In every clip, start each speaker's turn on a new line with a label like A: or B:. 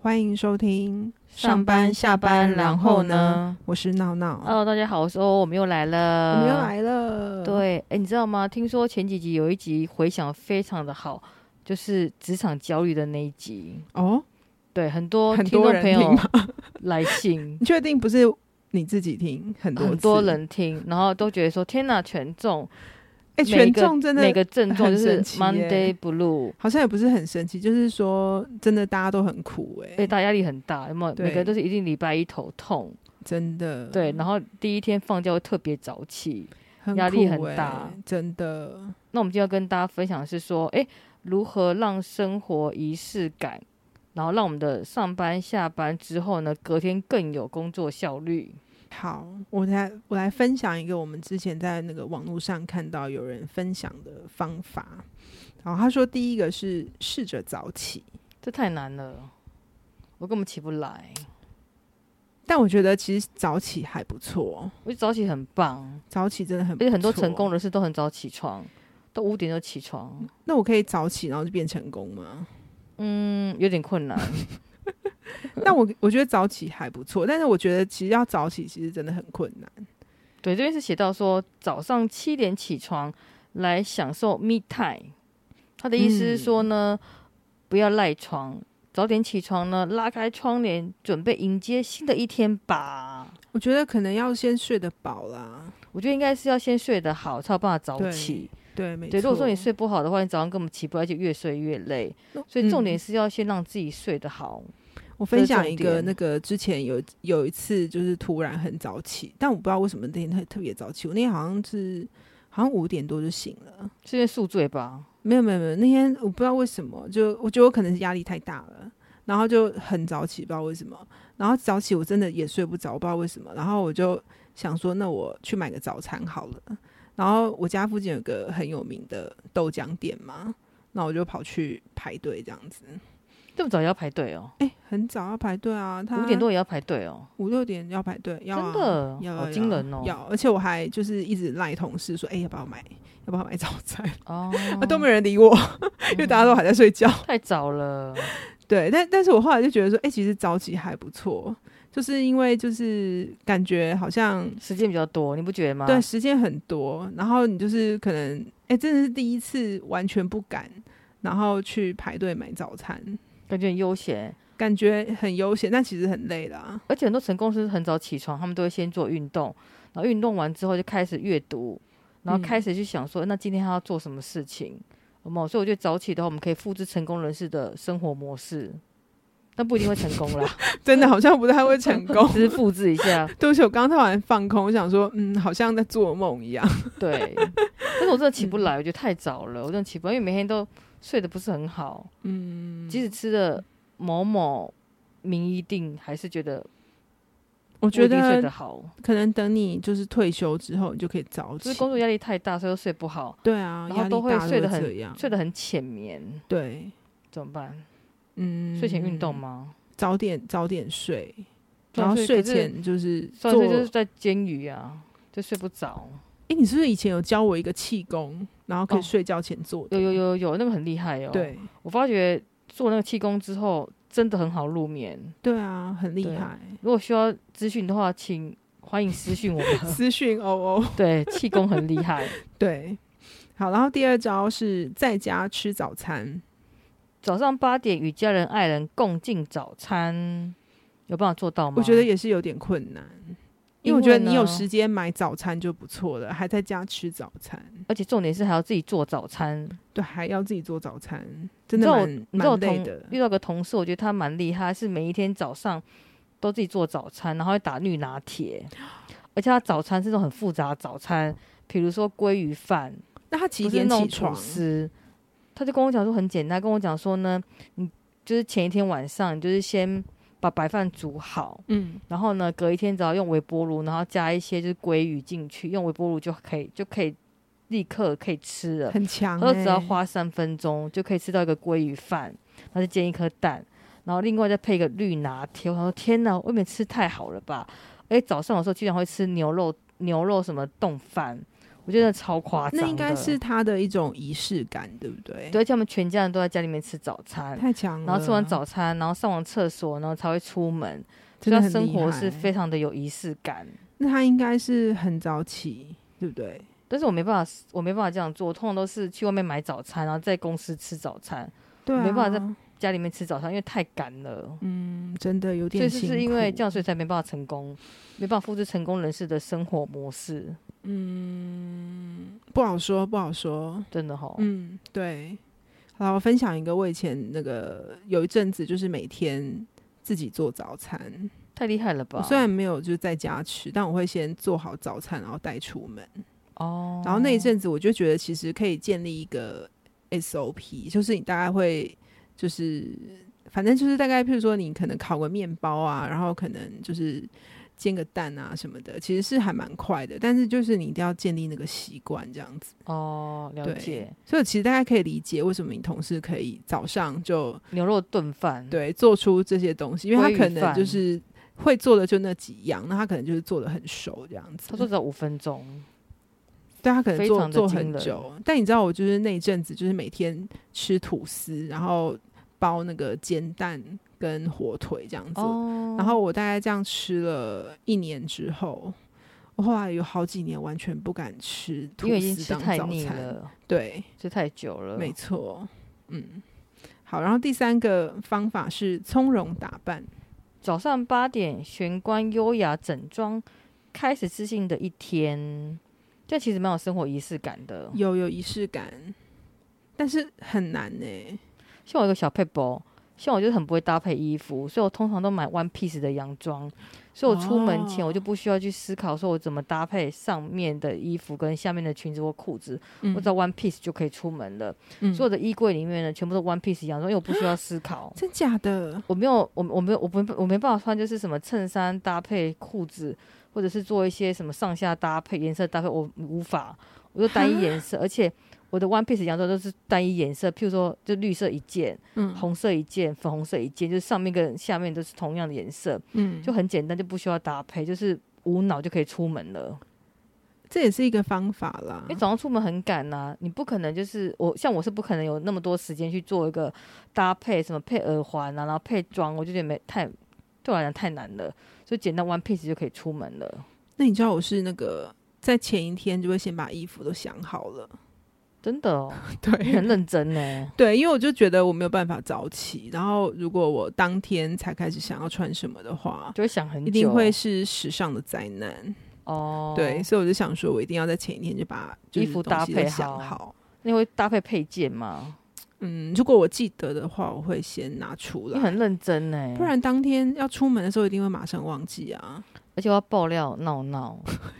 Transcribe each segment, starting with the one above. A: 欢迎收听，
B: 上班下班，然后呢？
A: 我是闹闹，
B: 哦，大家好，我是欧，我们又来
A: 我
B: 了，
A: 们又。来了。，
B: 对，哎，你知道吗？听说前几集有一集回响非常的好，就是职场焦虑的那一集。
A: 哦，
B: 对，很多
A: 很
B: 听众
A: 多人
B: 朋
A: 听
B: 友
A: 吗？
B: 来信
A: 你，确定不是你自己听？很多
B: 很多
A: 次，
B: 人听，然后都觉得说：“天哪，全中！”
A: 哎，
B: 每
A: 权
B: 一个
A: 重 真的
B: 每个症状
A: 很
B: 就是
A: 神奇耶
B: Monday Blue，
A: 好像也不是很神奇，就是说真的大家都很苦哎
B: 哎，，大家压力很大，有没有？
A: 对嗯
B: 每个人都是一定礼拜一头痛，
A: 真的
B: 对，，然后第一天放假会特别早起，
A: 很
B: 压力
A: 苦
B: 很
A: 哎
B: 大，
A: 真的
B: 那我们今天要跟大家分享的是说，诶，如何让生活仪式感，然后让我们的上班下班之后呢，隔天更有工作效率。
A: 好，我来我来分享一个我们之前在那个网络上看到有人分享的方法。然后他说，第一个是试着早起，
B: 这太难了，我根本起不来。
A: 但我觉得其实早起还不错，哦
B: 我觉得早起很棒，
A: 早起真的很
B: 而
A: 不错，
B: 且很多成功人士都很早起床，都五点就起床。
A: 那我可以早起，然后就变成功 吗？
B: 嗯，有点困难。
A: 但我我觉得早起还不错，但是我觉得其实要早起其实真的很困难。
B: 对，这边是写到说早上七点起床来享受 me time，他的意思是说呢，不要赖床，早点起床呢，拉开窗帘，准备迎接新的一天吧。
A: 我觉得可能要先睡得饱啦。
B: 我觉得应该是要先睡得好，才有办法早起。
A: 对，没错。
B: 对，如果说你睡不好的话，你早上根本起不来，而且越睡越累。
A: 那，
B: 所以重
A: 嗯
B: 点是要先让自己睡得好。
A: 我分享一
B: 这
A: 个
B: 是重点
A: 那个之前有有一次就是突然很早起，但我不知道为什么那天特特别早起，我那天好像是好像五点多就醒了。
B: 是因为宿醉吧？
A: 没有没有没有，那天我不知道为什么，就我觉得我可能是压力太大了，然后就很早起，不知道为什么。然后早起我真的也睡不着，我不知道为什么。然后我就想说，那我去买个早餐好了。然后我家附近有个很有名的豆浆店嘛，那我就跑去排队这样子。
B: 这么早也要排队哦，
A: 哎、很早要排队啊，他
B: 五点多也要排队哦，
A: 五六点要排队，要啊
B: 真的
A: 要啊
B: 好
A: 要
B: 惊人哦
A: 要，而且我还就是一直赖同事说，哎、要不要买，要不要买早餐？
B: 哦
A: 啊，都没有人理我，因为大家都还在睡觉。
B: 太早了。
A: 对，但但是我后来就觉得说，哎、其实早起还不错，就是因为就是感觉好像
B: 时间比较多，你不觉得吗？
A: 对，时间很多，然后你就是可能，哎、真的是第一次完全不敢，然后去排队买早餐，
B: 感觉很悠闲。
A: 感觉很悠闲，但其实很累啦。
B: 而且很多成功是很早起床，他们都会先做运动，然后运动完之后就开始阅读，然后开始去想说，那今天他要做什么事情？有没有？所以我觉得早起的话，我们可以复制成功人士的生活模式，但不一定会成功啦，
A: 真的好像不太会成 功。
B: 只是复制一下。
A: 对不起，我刚刚突然放空，我想说，嗯，好像在做梦一样。
B: 对，但是我真的起不来，我觉得太早了，我真的起不来，因为每天都睡得不是很好，
A: 嗯，
B: 即使吃了某某名医定，还是觉得
A: 我
B: 我
A: 觉
B: 睡得
A: 得
B: 好，
A: 可能等你就是退休之后，你就可以早
B: 就
A: 起
B: 是。工作压力太大，所以又睡不好。
A: 对啊，
B: 然后
A: 压力
B: 都会
A: 大
B: 睡得
A: 会
B: 很
A: 这样
B: 睡得很浅眠，
A: 对，
B: 怎么办？
A: 嗯，
B: 睡前运动，吗？
A: 早点早点睡，
B: 对啊
A: 然后
B: 所以
A: 睡
B: 可是
A: 前就是
B: 所
A: 做。
B: 以这就是在煎鱼啊，就睡不着。
A: 哎，你是不是以前有教我一个气功，然后可以
B: 哦
A: 睡觉前做的？
B: 有有有有，那个很厉害哦。，
A: 对
B: 我发觉做那个气功之后，真的很好入眠。
A: 对啊，很厉
B: 对
A: 害。
B: 如果需要资讯的话，请欢迎私讯我 们。
A: 私讯哦哦，
B: 对，气功很厉害。
A: 对。好，然后第二招是在家吃早餐。
B: 早上八点与家人、爱人共进早餐，有办法做到吗？
A: 我觉得也是有点困难，因为
B: 因
A: 我
B: 为
A: 觉得你有
B: 呢
A: 时间买早餐就不错了，还在家吃早餐，
B: 而且重点是还要自己做早餐。
A: 对，还要自己做早餐，真
B: 你
A: 的
B: 知道我，
A: 蛮
B: 你知道我
A: 蛮累
B: 同
A: 的。
B: 遇到个同事，我觉得他蛮厉害，他是每一天早上都自己做早餐，然后会打绿拿铁，而且他早餐是那种很复杂的早餐，比如说鲑鱼饭，
A: 那他几
B: 不是
A: 点
B: 那
A: 起
B: 种吐
A: 床？
B: 司。他就跟我讲说很简单，跟我讲说呢，你就是前一天晚上，你就是先把白饭煮好，
A: 嗯，
B: 然后呢，隔一天只要用微波炉，然后加一些就是鲑鱼进去，用微波炉就可以就可以立刻可以吃了。
A: 很强、欸，
B: 他说只要花三分钟就可以吃到一个鲑鱼饭，他就煎一颗蛋，然后另外再配一个绿拿铁。我想说天哪，外面吃太好了吧！哎，早上的时候居然会吃牛肉牛肉什么冻饭，我觉得超夸张的。
A: 那应该是他的一种仪式感，对不对？
B: 对，而且我们全家人都在家里面吃早餐，
A: 太强了。
B: 然后吃完早餐，然后上完厕所，然后才会出门，所
A: 真的
B: 以他
A: 很
B: 生活
A: 厉害
B: 是非常的有仪式感。
A: 那他应该是很早起，对不对？
B: 但是我没办法，我没办法这样做，我通常都是去外面买早餐，然后在公司吃早餐，
A: 对、啊，
B: 没办法在家里面吃早餐，因为太赶了。
A: 嗯，真的有
B: 所以
A: 点
B: 是
A: 辛
B: 不
A: 苦。
B: 是因为这样，所以才没办法成功，没办法复制成功人士的生活模式？
A: 嗯不好说，不好说。
B: 真的哈，
A: 嗯，对。好啦，我分享一个，我以前那个有一阵子就是每天自己做早餐，
B: 太厉害了吧
A: 我？虽然没有就是在家吃，但我会先做好早餐，然后带出门。
B: 哦，
A: 然后那一阵子，我就觉得其实可以建立一个 SOP，就是你大概会就是反正就是大概，譬如说你可能烤个面包啊，然后可能就是煎个蛋啊什么的，其实是还蛮快的。但是就是你一定要建立那个习惯，这样子。
B: 哦，了
A: 对
B: 解，
A: 所以其实大家可以理解为什么你同事可以早上就
B: 牛肉炖饭，
A: 对做出这些东西，因为
B: 嗯鲑鱼
A: 他可能
B: 饭
A: 就是会做的就那几样，那他可能就是做的很熟这样子。
B: 他说只要五分钟，
A: 对他可能
B: 非
A: 做
B: 常地
A: 做
B: 惊
A: 很
B: 人
A: 久，但你知道我就是那一阵子就是每天吃吐司，然后包那个煎蛋跟火腿这样子，
B: 哦，
A: 然后我大概这样吃了一年之后，我后来有好几年完全不敢吃吐
B: 因为已经
A: 司
B: 吃
A: 当
B: 太
A: 早
B: 腻
A: 餐，
B: 了，
A: 对，
B: 吃太久了，
A: 没错，嗯。好，然后第三个方法是从容打扮，
B: 早上八点，玄关优雅整装，开始自信的一天，这其实蛮有生活仪式感的。
A: 有有仪式感，但是很难呢、
B: 像我有个小配包，像我就是很不会搭配衣服，所以我通常都买 one piece 的洋装，所以我出门前
A: 哦
B: 我就不需要去思考说我怎么搭配上面的衣服跟下面的裙子或裤子，
A: 嗯
B: 我只要 one piece 就可以出门了。
A: 嗯
B: 所有的衣柜里面呢，全部都 one piece 洋装，因为我不需要 思考。
A: 真假的，
B: 我没有，我我没有，我不我没办法穿，就是什么衬衫搭配裤子，或者是做一些什么上下搭配、颜色搭配，我无法，我就单一颜色，而且我的 one piece 洋装都是单一颜色，譬如说就绿色一件，
A: 嗯
B: 红色一件，粉红色一件，就是上面跟下面都是同样的颜色，
A: 嗯
B: 就很简单，就不需要搭配，就是无脑就可以出门
A: 嗯
B: 了。
A: 这也是一个方法啦
B: 因为。早上出门很赶呐、你不可能就是我像我是不可能有那么多时间去做一个搭配，什么配耳环啊，然后配妆，我就觉得没太对我来讲太难了，所以简单 one piece 就可以出门了。
A: 那你知道我是那个在前一天就会先把衣服都想好 了，
B: 真的哦，你
A: 对
B: 很认真呢、
A: 对，因为我就觉得我没有办法早起，然后如果我当天才开始想要穿什么的话，
B: 就会想很久，
A: 一定会是时尚的灾难。
B: 哦。
A: 对，，所以我就想说，我一定要在前一天就把就是
B: 衣服
A: 东西都
B: 搭配好
A: 想好。
B: 那会搭配配件嘛？
A: 嗯，如果我记得的话，我会先拿出
B: 你
A: 来，
B: 很认真呢、
A: 不然当天要出门的时候一定会马上忘记啊，
B: 而且我要爆料闹闹，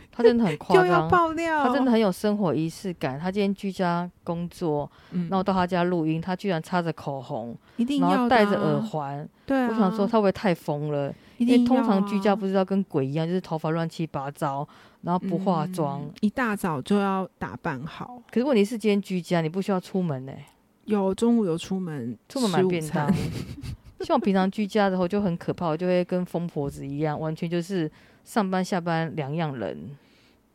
B: 他真的很夸
A: 又要
B: 张。
A: 爆料，
B: 他真的很有生活仪式感。他今天居家工作，
A: 嗯，
B: 然后到他家录音，他居然擦着口红，
A: 一定
B: 然
A: 要
B: 后
A: 的啊
B: 戴着耳，环。
A: 对啊，
B: 我想说，他会不会太疯了？
A: 一
B: 因为
A: 定
B: 通
A: 要
B: 常居
A: 啊
B: 家不是要跟鬼一样，就是头发乱七八糟，然后不化妆。
A: 嗯一大早就要打扮好。
B: 可是问题是，今天居家你不需要出门呢、
A: 有中午有出门，
B: 出门买便当
A: 当，。
B: 像我平常居家的话就很可怕，我就会跟疯婆子一样，完全就是上班下班两样人。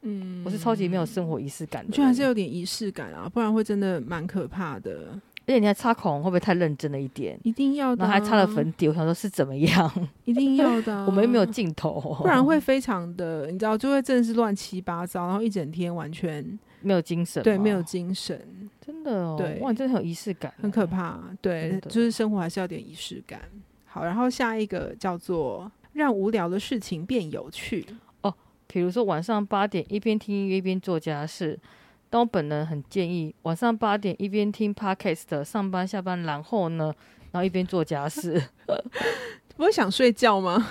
A: 嗯，
B: 我是超级没有生活仪式感
A: 我
B: 的
A: 觉得还
B: 人，
A: 是有点仪式感啊，不然会真的蛮可怕的。
B: 而且你还擦口红，会不会太认真了一点？
A: 一定要的、啊
B: 然后还擦了，粉底，我想说是怎么样？
A: 一定要的啊、
B: 我们又没有镜头，
A: 不然会非常的，你知道，就会真的是乱七八糟，然后一整天完全
B: 没有精神嘛。
A: 对没有精神，
B: 真的哦，
A: 对
B: 哇，你真的很有仪式感，啊
A: 很可。怕。对
B: 真，的
A: 就是生活还是要有点仪式感。好，然后下一个叫做让无聊的事情变有趣。
B: 比如说晚上八点一边听音乐一边做家事，但我本人很建议晚上八点一边听 podcast 上班下班，然后呢，然后一边做家事。
A: 不会想睡觉吗？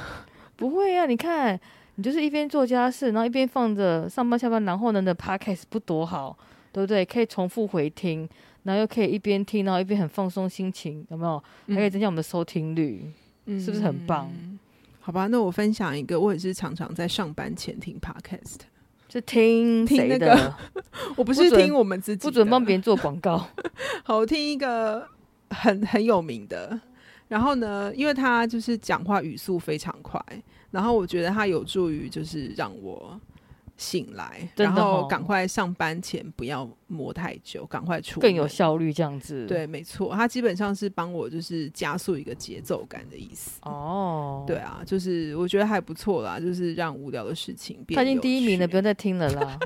B: 不会啊，你看，你就是一边做家事，然后一边放着上班下班，然后呢的 podcast 不多好，对不对？可以重复回听，然后又可以一边听，然后一边很放松心情，有没有？还可以增加我们的收听率，
A: 嗯
B: 是不是很棒？
A: 好吧，那我分享一个，我也是常常在上班前听 podcast，
B: 就听
A: 听
B: 谁
A: 那
B: 的？
A: 个我不是
B: 不准
A: 听我们自己的，
B: 不准帮别人做广 告。
A: 好，我听一个很很有名的，然后呢，因为他就是讲话语速非常快，然后我觉得他有助于就是让我醒来，
B: 真
A: 然
B: 的
A: 后
B: 哦
A: 赶快上班前不要磨太久，赶快出
B: 更有
A: 门
B: 效率这样子。，
A: 对，没错，它基本上是帮我就是加速一个节奏感的意思。
B: 哦，
A: 对，啊，就是我觉得还不错啦，就是让无聊的事情变。
B: 他已经第一名了，不
A: 要
B: 用再听了啦。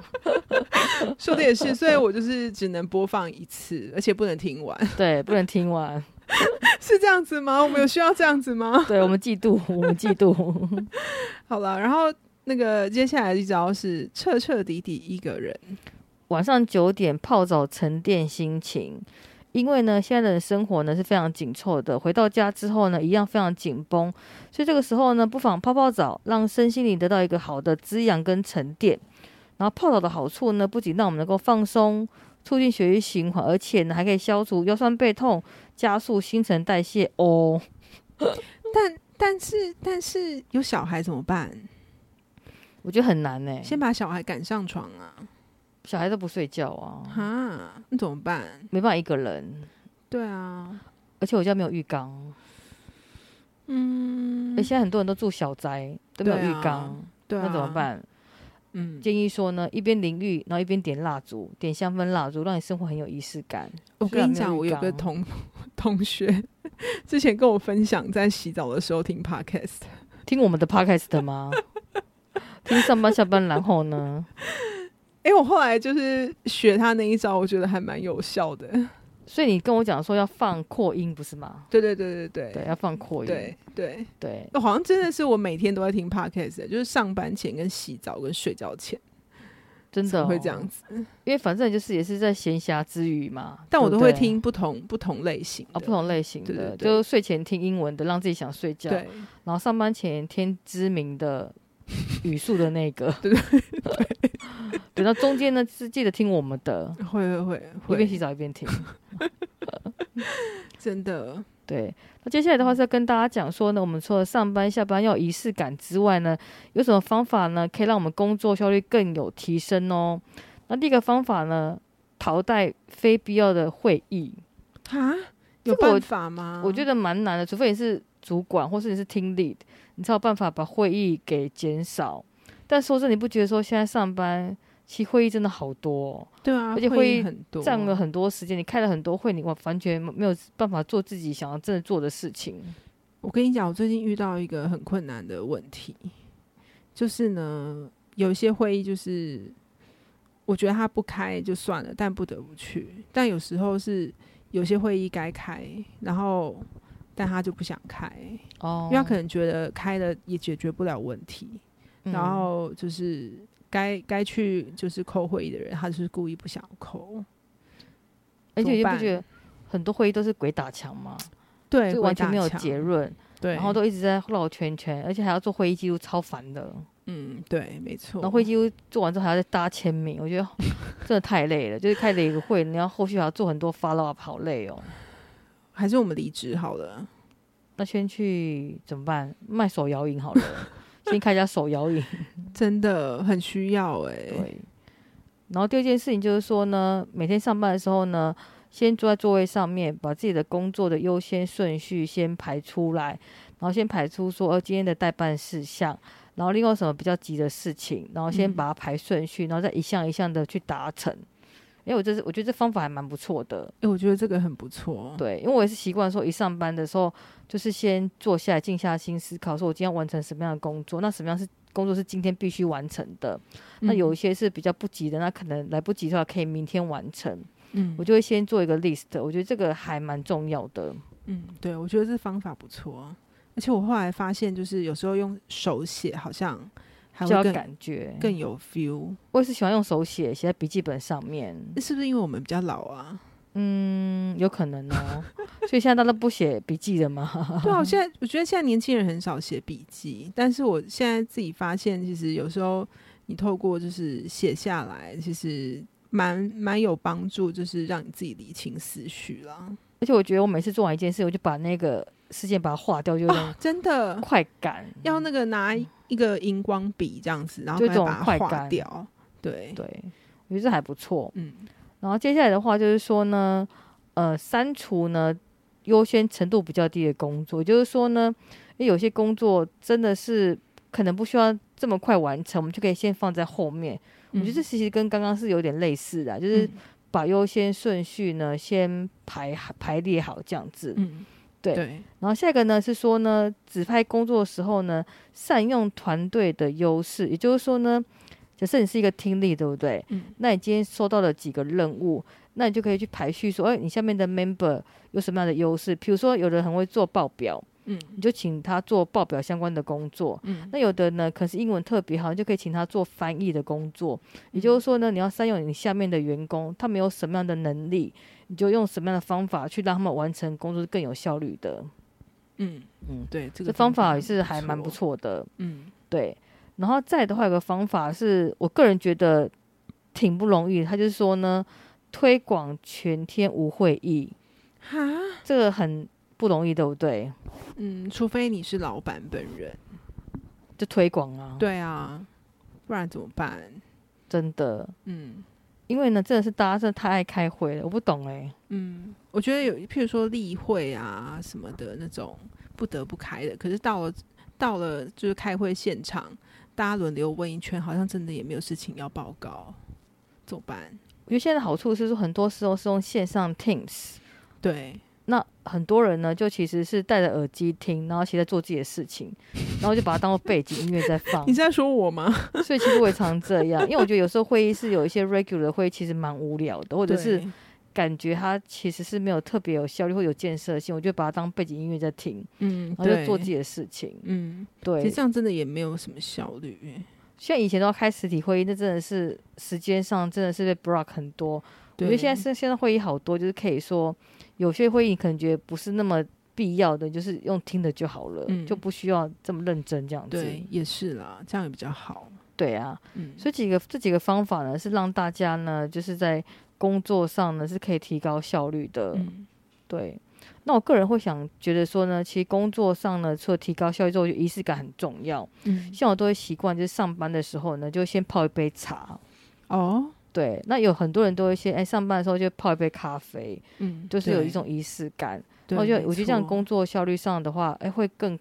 A: 说的也 是，所以我就是只能播放一次，而且不能听完，
B: 对，不能听完。
A: 是这样子吗？我们有需要这样子吗？
B: 对我们嫉妒，我们嫉妒。
A: 好了，然后那个接下来一招是彻彻底底一个人，
B: 晚上九点泡澡沉淀心情。因为呢，现在的生活呢是非常紧凑的，回到家之后呢，一样非常紧绷，所以这个时候呢，不妨泡泡澡，让身心灵得到一个好的滋养跟沉淀。然后泡澡的好处呢，不仅让我们能够放松，促进血液循环，而且呢，还可以消除腰酸背痛，加速新陈代谢哦。
A: 但但是但是有小孩怎么办？
B: 我觉得很难呢、
A: 先把小孩赶上床啊！
B: 小孩都不睡觉啊，
A: 哈，那怎么办？
B: 没办法一个人，
A: 对啊，
B: 而且我家没有浴缸，
A: 嗯
B: 而，现在很多人都住小宅，都没有
A: 对
B: 浴
A: 啊
B: 缸。
A: 对啊，
B: 那怎么？办？
A: 嗯，
B: 建议说呢，一边淋浴，然后一边点蜡烛，点香氛蜡烛，让你生活很有仪式感。
A: 我
B: 虽然
A: 跟你
B: 啊没有
A: 讲，
B: 浴
A: 我有个
B: 缸
A: 同 同学之前跟我分享，在洗澡的时候听 podcast，
B: 听我们的 podcast 吗？听上班下班，然后呢？
A: 哎、我后来就是学他那一招，我觉得还蛮有效的。
B: 所以你跟我讲说要放扩音，不是吗？
A: 对对对对
B: 对，
A: 对
B: 要放扩音。
A: 对对
B: 对
A: 好像真的是我每天都在听 podcast，的就是上班前、跟洗澡、跟睡觉前
B: 真的、哦
A: 才会这样，子，
B: 因为反正就是也是在闲暇之余嘛。
A: 但我
B: 对
A: 都
B: 不
A: 会
B: 对
A: 听不同不同类型
B: 啊、
A: 的，
B: 不同类型的，
A: 对对对
B: 就睡前听英文的，让自己想睡觉。
A: 对
B: 然后上班前听知名的语速的那个，
A: 对
B: 对 对。到中间呢，是记得听我们的，
A: 会会
B: 一
A: 会
B: 边洗
A: 会，
B: 澡一边听。
A: 真的
B: 对，那接下来的话是要跟大家讲说呢，我们除了上班下班要有仪式感之外呢，有什么方法呢，可以让我们工作效率更有提升哦？那第一个方法呢，淘汰非必要的会议，
A: 啊，有
B: 这个我
A: 办法吗？
B: 我觉
A: 得
B: 得蛮难的，除非你是主管或是你是 team lead，你才有办法把会议给减少。但说真的，你不觉得说现在上班其实会议真的好多、哦，
A: 对啊，
B: 而且
A: 会
B: 会
A: 议
B: 议
A: 很多，
B: 占了很多时间，你开了很多会，你完完全没有办法做自己想要真的做的事情。
A: 我跟你讲，我最近遇到一个很困难的问题，就是呢，有一些会议就是我觉得他不开就算了，但不得不去；但有时候是有些会议该开，然后但他就不想开，
B: 哦
A: 因为他可能觉得开了也解决不了问题，
B: 嗯
A: 然后就是该该去就是扣会议的人，他就是故意不想扣。
B: 而且你
A: 怎
B: 不
A: 么
B: 觉得很多会议都是鬼打墙吗？
A: 对，
B: 就
A: 鬼
B: 完全
A: 打
B: 没有
A: 墙
B: 结论，
A: 对，
B: 然后都一直在绕圈圈，而且还要做会议记录，超烦的。
A: 嗯，对，没错，
B: 然后会几乎做完之后还要再搭签名，我觉得 真的太累了。就是开了一个会，你要后续还要做很多 follow up，好累哦。
A: 还是我们离职好了。
B: 那先去怎么办？卖手摇饮好 了，先开一家手摇饮。
A: 真的很需要哎、
B: 对。然后第二件事情就是说呢，每天上班的时候呢，先坐在座位上面，把自己的工作的优先顺序先排出来，然后先排出说，呃，今天的待办事项，然后另外有什么比较急的事情，然后先
A: 嗯
B: 把它排顺序，然后再一项一项的去达成。因为我这是我觉得这方法还蛮不错的，
A: 哎、我觉得这个很不错。
B: 对，因为我也是习惯说一上班的时候，就是先坐下来静下心思考，说我今天要完成什么样的工作，那什么样是工作是今天必须完成的，那
A: 嗯
B: 有一些是比较不急的，那可能来不及的话可以明天完成，
A: 嗯，
B: 我
A: 嗯
B: 就会先做一个 list，我觉得这个还蛮重要的。
A: 嗯，对，我觉得这方法不错。而且我后来发现，就是有时候用手写好像还
B: 比
A: 会
B: 较
A: 更
B: 感觉，
A: 更有 feel。
B: 我也是喜欢用手写，写在笔记本上面，
A: 那是不是因为我们比较老啊？
B: 嗯，有可能哦。所以现在大家都不写笔记了嘛？
A: 对啊，我现在我觉得现在年轻人很少写笔记，但是我现在自己发现，其实有时候你透过就是写下来，其实蛮蛮有帮助，就是让你自己理清思绪啦。
B: 而且我觉得我每次做完一件事，我就把那个事件把它划掉，就有种
A: 真的，
B: 快感。
A: 啊要那个拿一个荧光笔这样子，然后
B: 就
A: 赶
B: 这
A: 快
B: 种
A: 把
B: 快
A: 它划
B: 感
A: 掉。对，
B: 对，我觉得这还不错。
A: 嗯，
B: 然后接下来的话就是说呢，呃，删除呢优先程度比较低的工作，也就是说呢，因为有些工作真的是可能不需要这么快完成，我们就可以先放在后面。我
A: 嗯
B: 觉得这其实跟刚刚是有点类似的啊，就是把优先顺序呢先排排列好这样子。
A: 嗯，
B: 对
A: 对，
B: 然后下一个呢是说呢，指派工作的时候呢，善用团队的优势，也就是说呢，假设你是一个听力，对不对？
A: 嗯
B: 那你今天收到了几个任务，那你就可以去排序说，哎，你下面的 member 有什么样的优势？比如说，有的人很会做报表，
A: 嗯
B: 你就请他做报表相关的工作。
A: 嗯，
B: 那有的呢，可能是英文特别好，你就可以请他做翻译的工作。
A: 嗯
B: 也就是说呢，你要善用你下面的员工，他们有什么样的能力，你就用什么样的方法去让他们完成工作是更有效率的。
A: 嗯嗯
B: 嗯，
A: 对，这
B: 这
A: 个
B: 方法也是还蛮不，错的，
A: 嗯
B: 对。然后再的话，有个方法是我个人觉得挺不容易的，他就是说呢，推广全天无会议，
A: 哈，
B: 这个很不容易，对不对？
A: 嗯，除非你是老板本人，
B: 就推广啊，，
A: 对啊，不然怎么办？
B: 真的，
A: 嗯
B: 因为呢，真的是大家真的太爱开会了，我不懂哎、
A: 嗯，我觉得有，譬如说例会啊什么的那种不得不开的，可是到了到了就是开会现场，大家轮流问一圈，好像真的也没有事情要报告，怎么办？
B: 我觉得现在的好处是说，很多时候是用线上 Teams，
A: 对，
B: 那很多人呢，就其实是戴着耳机听，然后其实在做自己的事情，然后就把它当做背景音乐在放
A: 你。在说我吗？
B: 所以其实我也常这样，因为我觉得有时候会议是有一些 regular 的会议，其实蛮无聊的，或者是
A: 对
B: 感觉它其实是没有特别有效率或有建设性，我就把它当背景音乐在听，
A: 嗯，
B: 然后就
A: 对，
B: 做自己的事情。
A: 嗯，
B: 对
A: 其实，这样真的也没有什么效率。
B: 像以前都要开实体会议，那真的是时间上真的是被 block 很多。我
A: 对，
B: 觉得现在是现在会议好多，就是可以说有些会议你可能觉得不是那么必要的，就是用听的就好了，
A: 嗯
B: 就不需要这么认真这样子。
A: 对也是啦，这样也比较好。
B: 对啊，
A: 嗯，
B: 所以几个这几个方法呢，是让大家呢，就是在工作上呢是可以提高效率的。
A: 嗯
B: 对，那我个人会想觉得说呢，其实工作上呢，除了提高效率之后，我觉得仪式感很重要。
A: 嗯，
B: 像我都会习惯，就是上班的时候呢，就先泡一杯茶。
A: 哦，
B: 对，那有很多人都会先哎，上班的时候就泡一杯咖啡，
A: 嗯，
B: 就是有
A: 对
B: 一，种仪式感。
A: 对
B: 我觉得
A: 没
B: 我觉得这样
A: 错
B: 工作效率上的话，哎，会更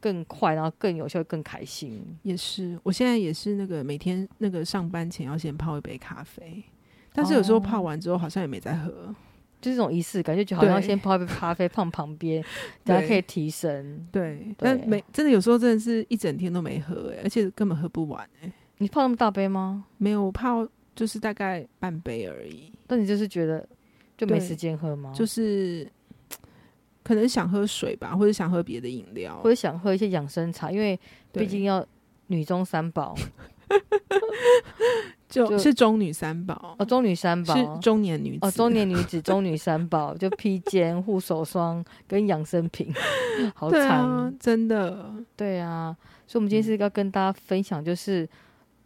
B: 更快，然后更有效，更开心。
A: 也是，我现在也是那个每天那个上班前要先泡一杯咖啡，但是有时候
B: 哦
A: 泡完之后好像也没再喝。
B: 就是这种仪式感，就觉得好像
A: 对
B: 先泡一杯咖啡放 旁边，大家可以提神。
A: 对，但
B: 对
A: 每真的有时候真的是一整天都没喝、欸，而且根本喝不完、欸，
B: 你泡那么大杯吗？
A: 没有我泡就是大概半杯而已，
B: 但你就是觉得就没
A: 对
B: 时间喝吗？
A: 就是可能想喝水吧，或者想喝别的饮料
B: 或，者想喝一些养生茶，因为
A: 对
B: 毕竟要女中三宝
A: 就
B: 就是
A: 中女三宝，
B: 哦，中女三宝
A: 是中年女子，
B: 哦，中年女 子中女三宝就披肩、护手霜跟养生 品，好
A: 对
B: 惨。
A: 啊，真的，
B: 对啊，所以我们今天是要跟大家分享，就是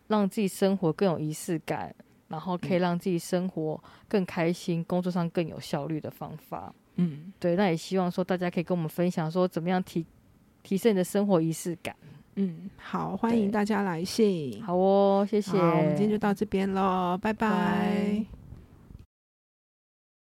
B: 让自己生活更有仪式感，然后可以让自己生活更开心，工作上更有效率的方法。
A: 嗯
B: 对，那也希望说大家可以跟我们分享说怎么样提提升你的生活仪式感。
A: 嗯，好，欢迎
B: 对
A: 大家来信。
B: 好哦，谢谢。
A: 好，我们今天就到这边喽，拜拜
B: 拜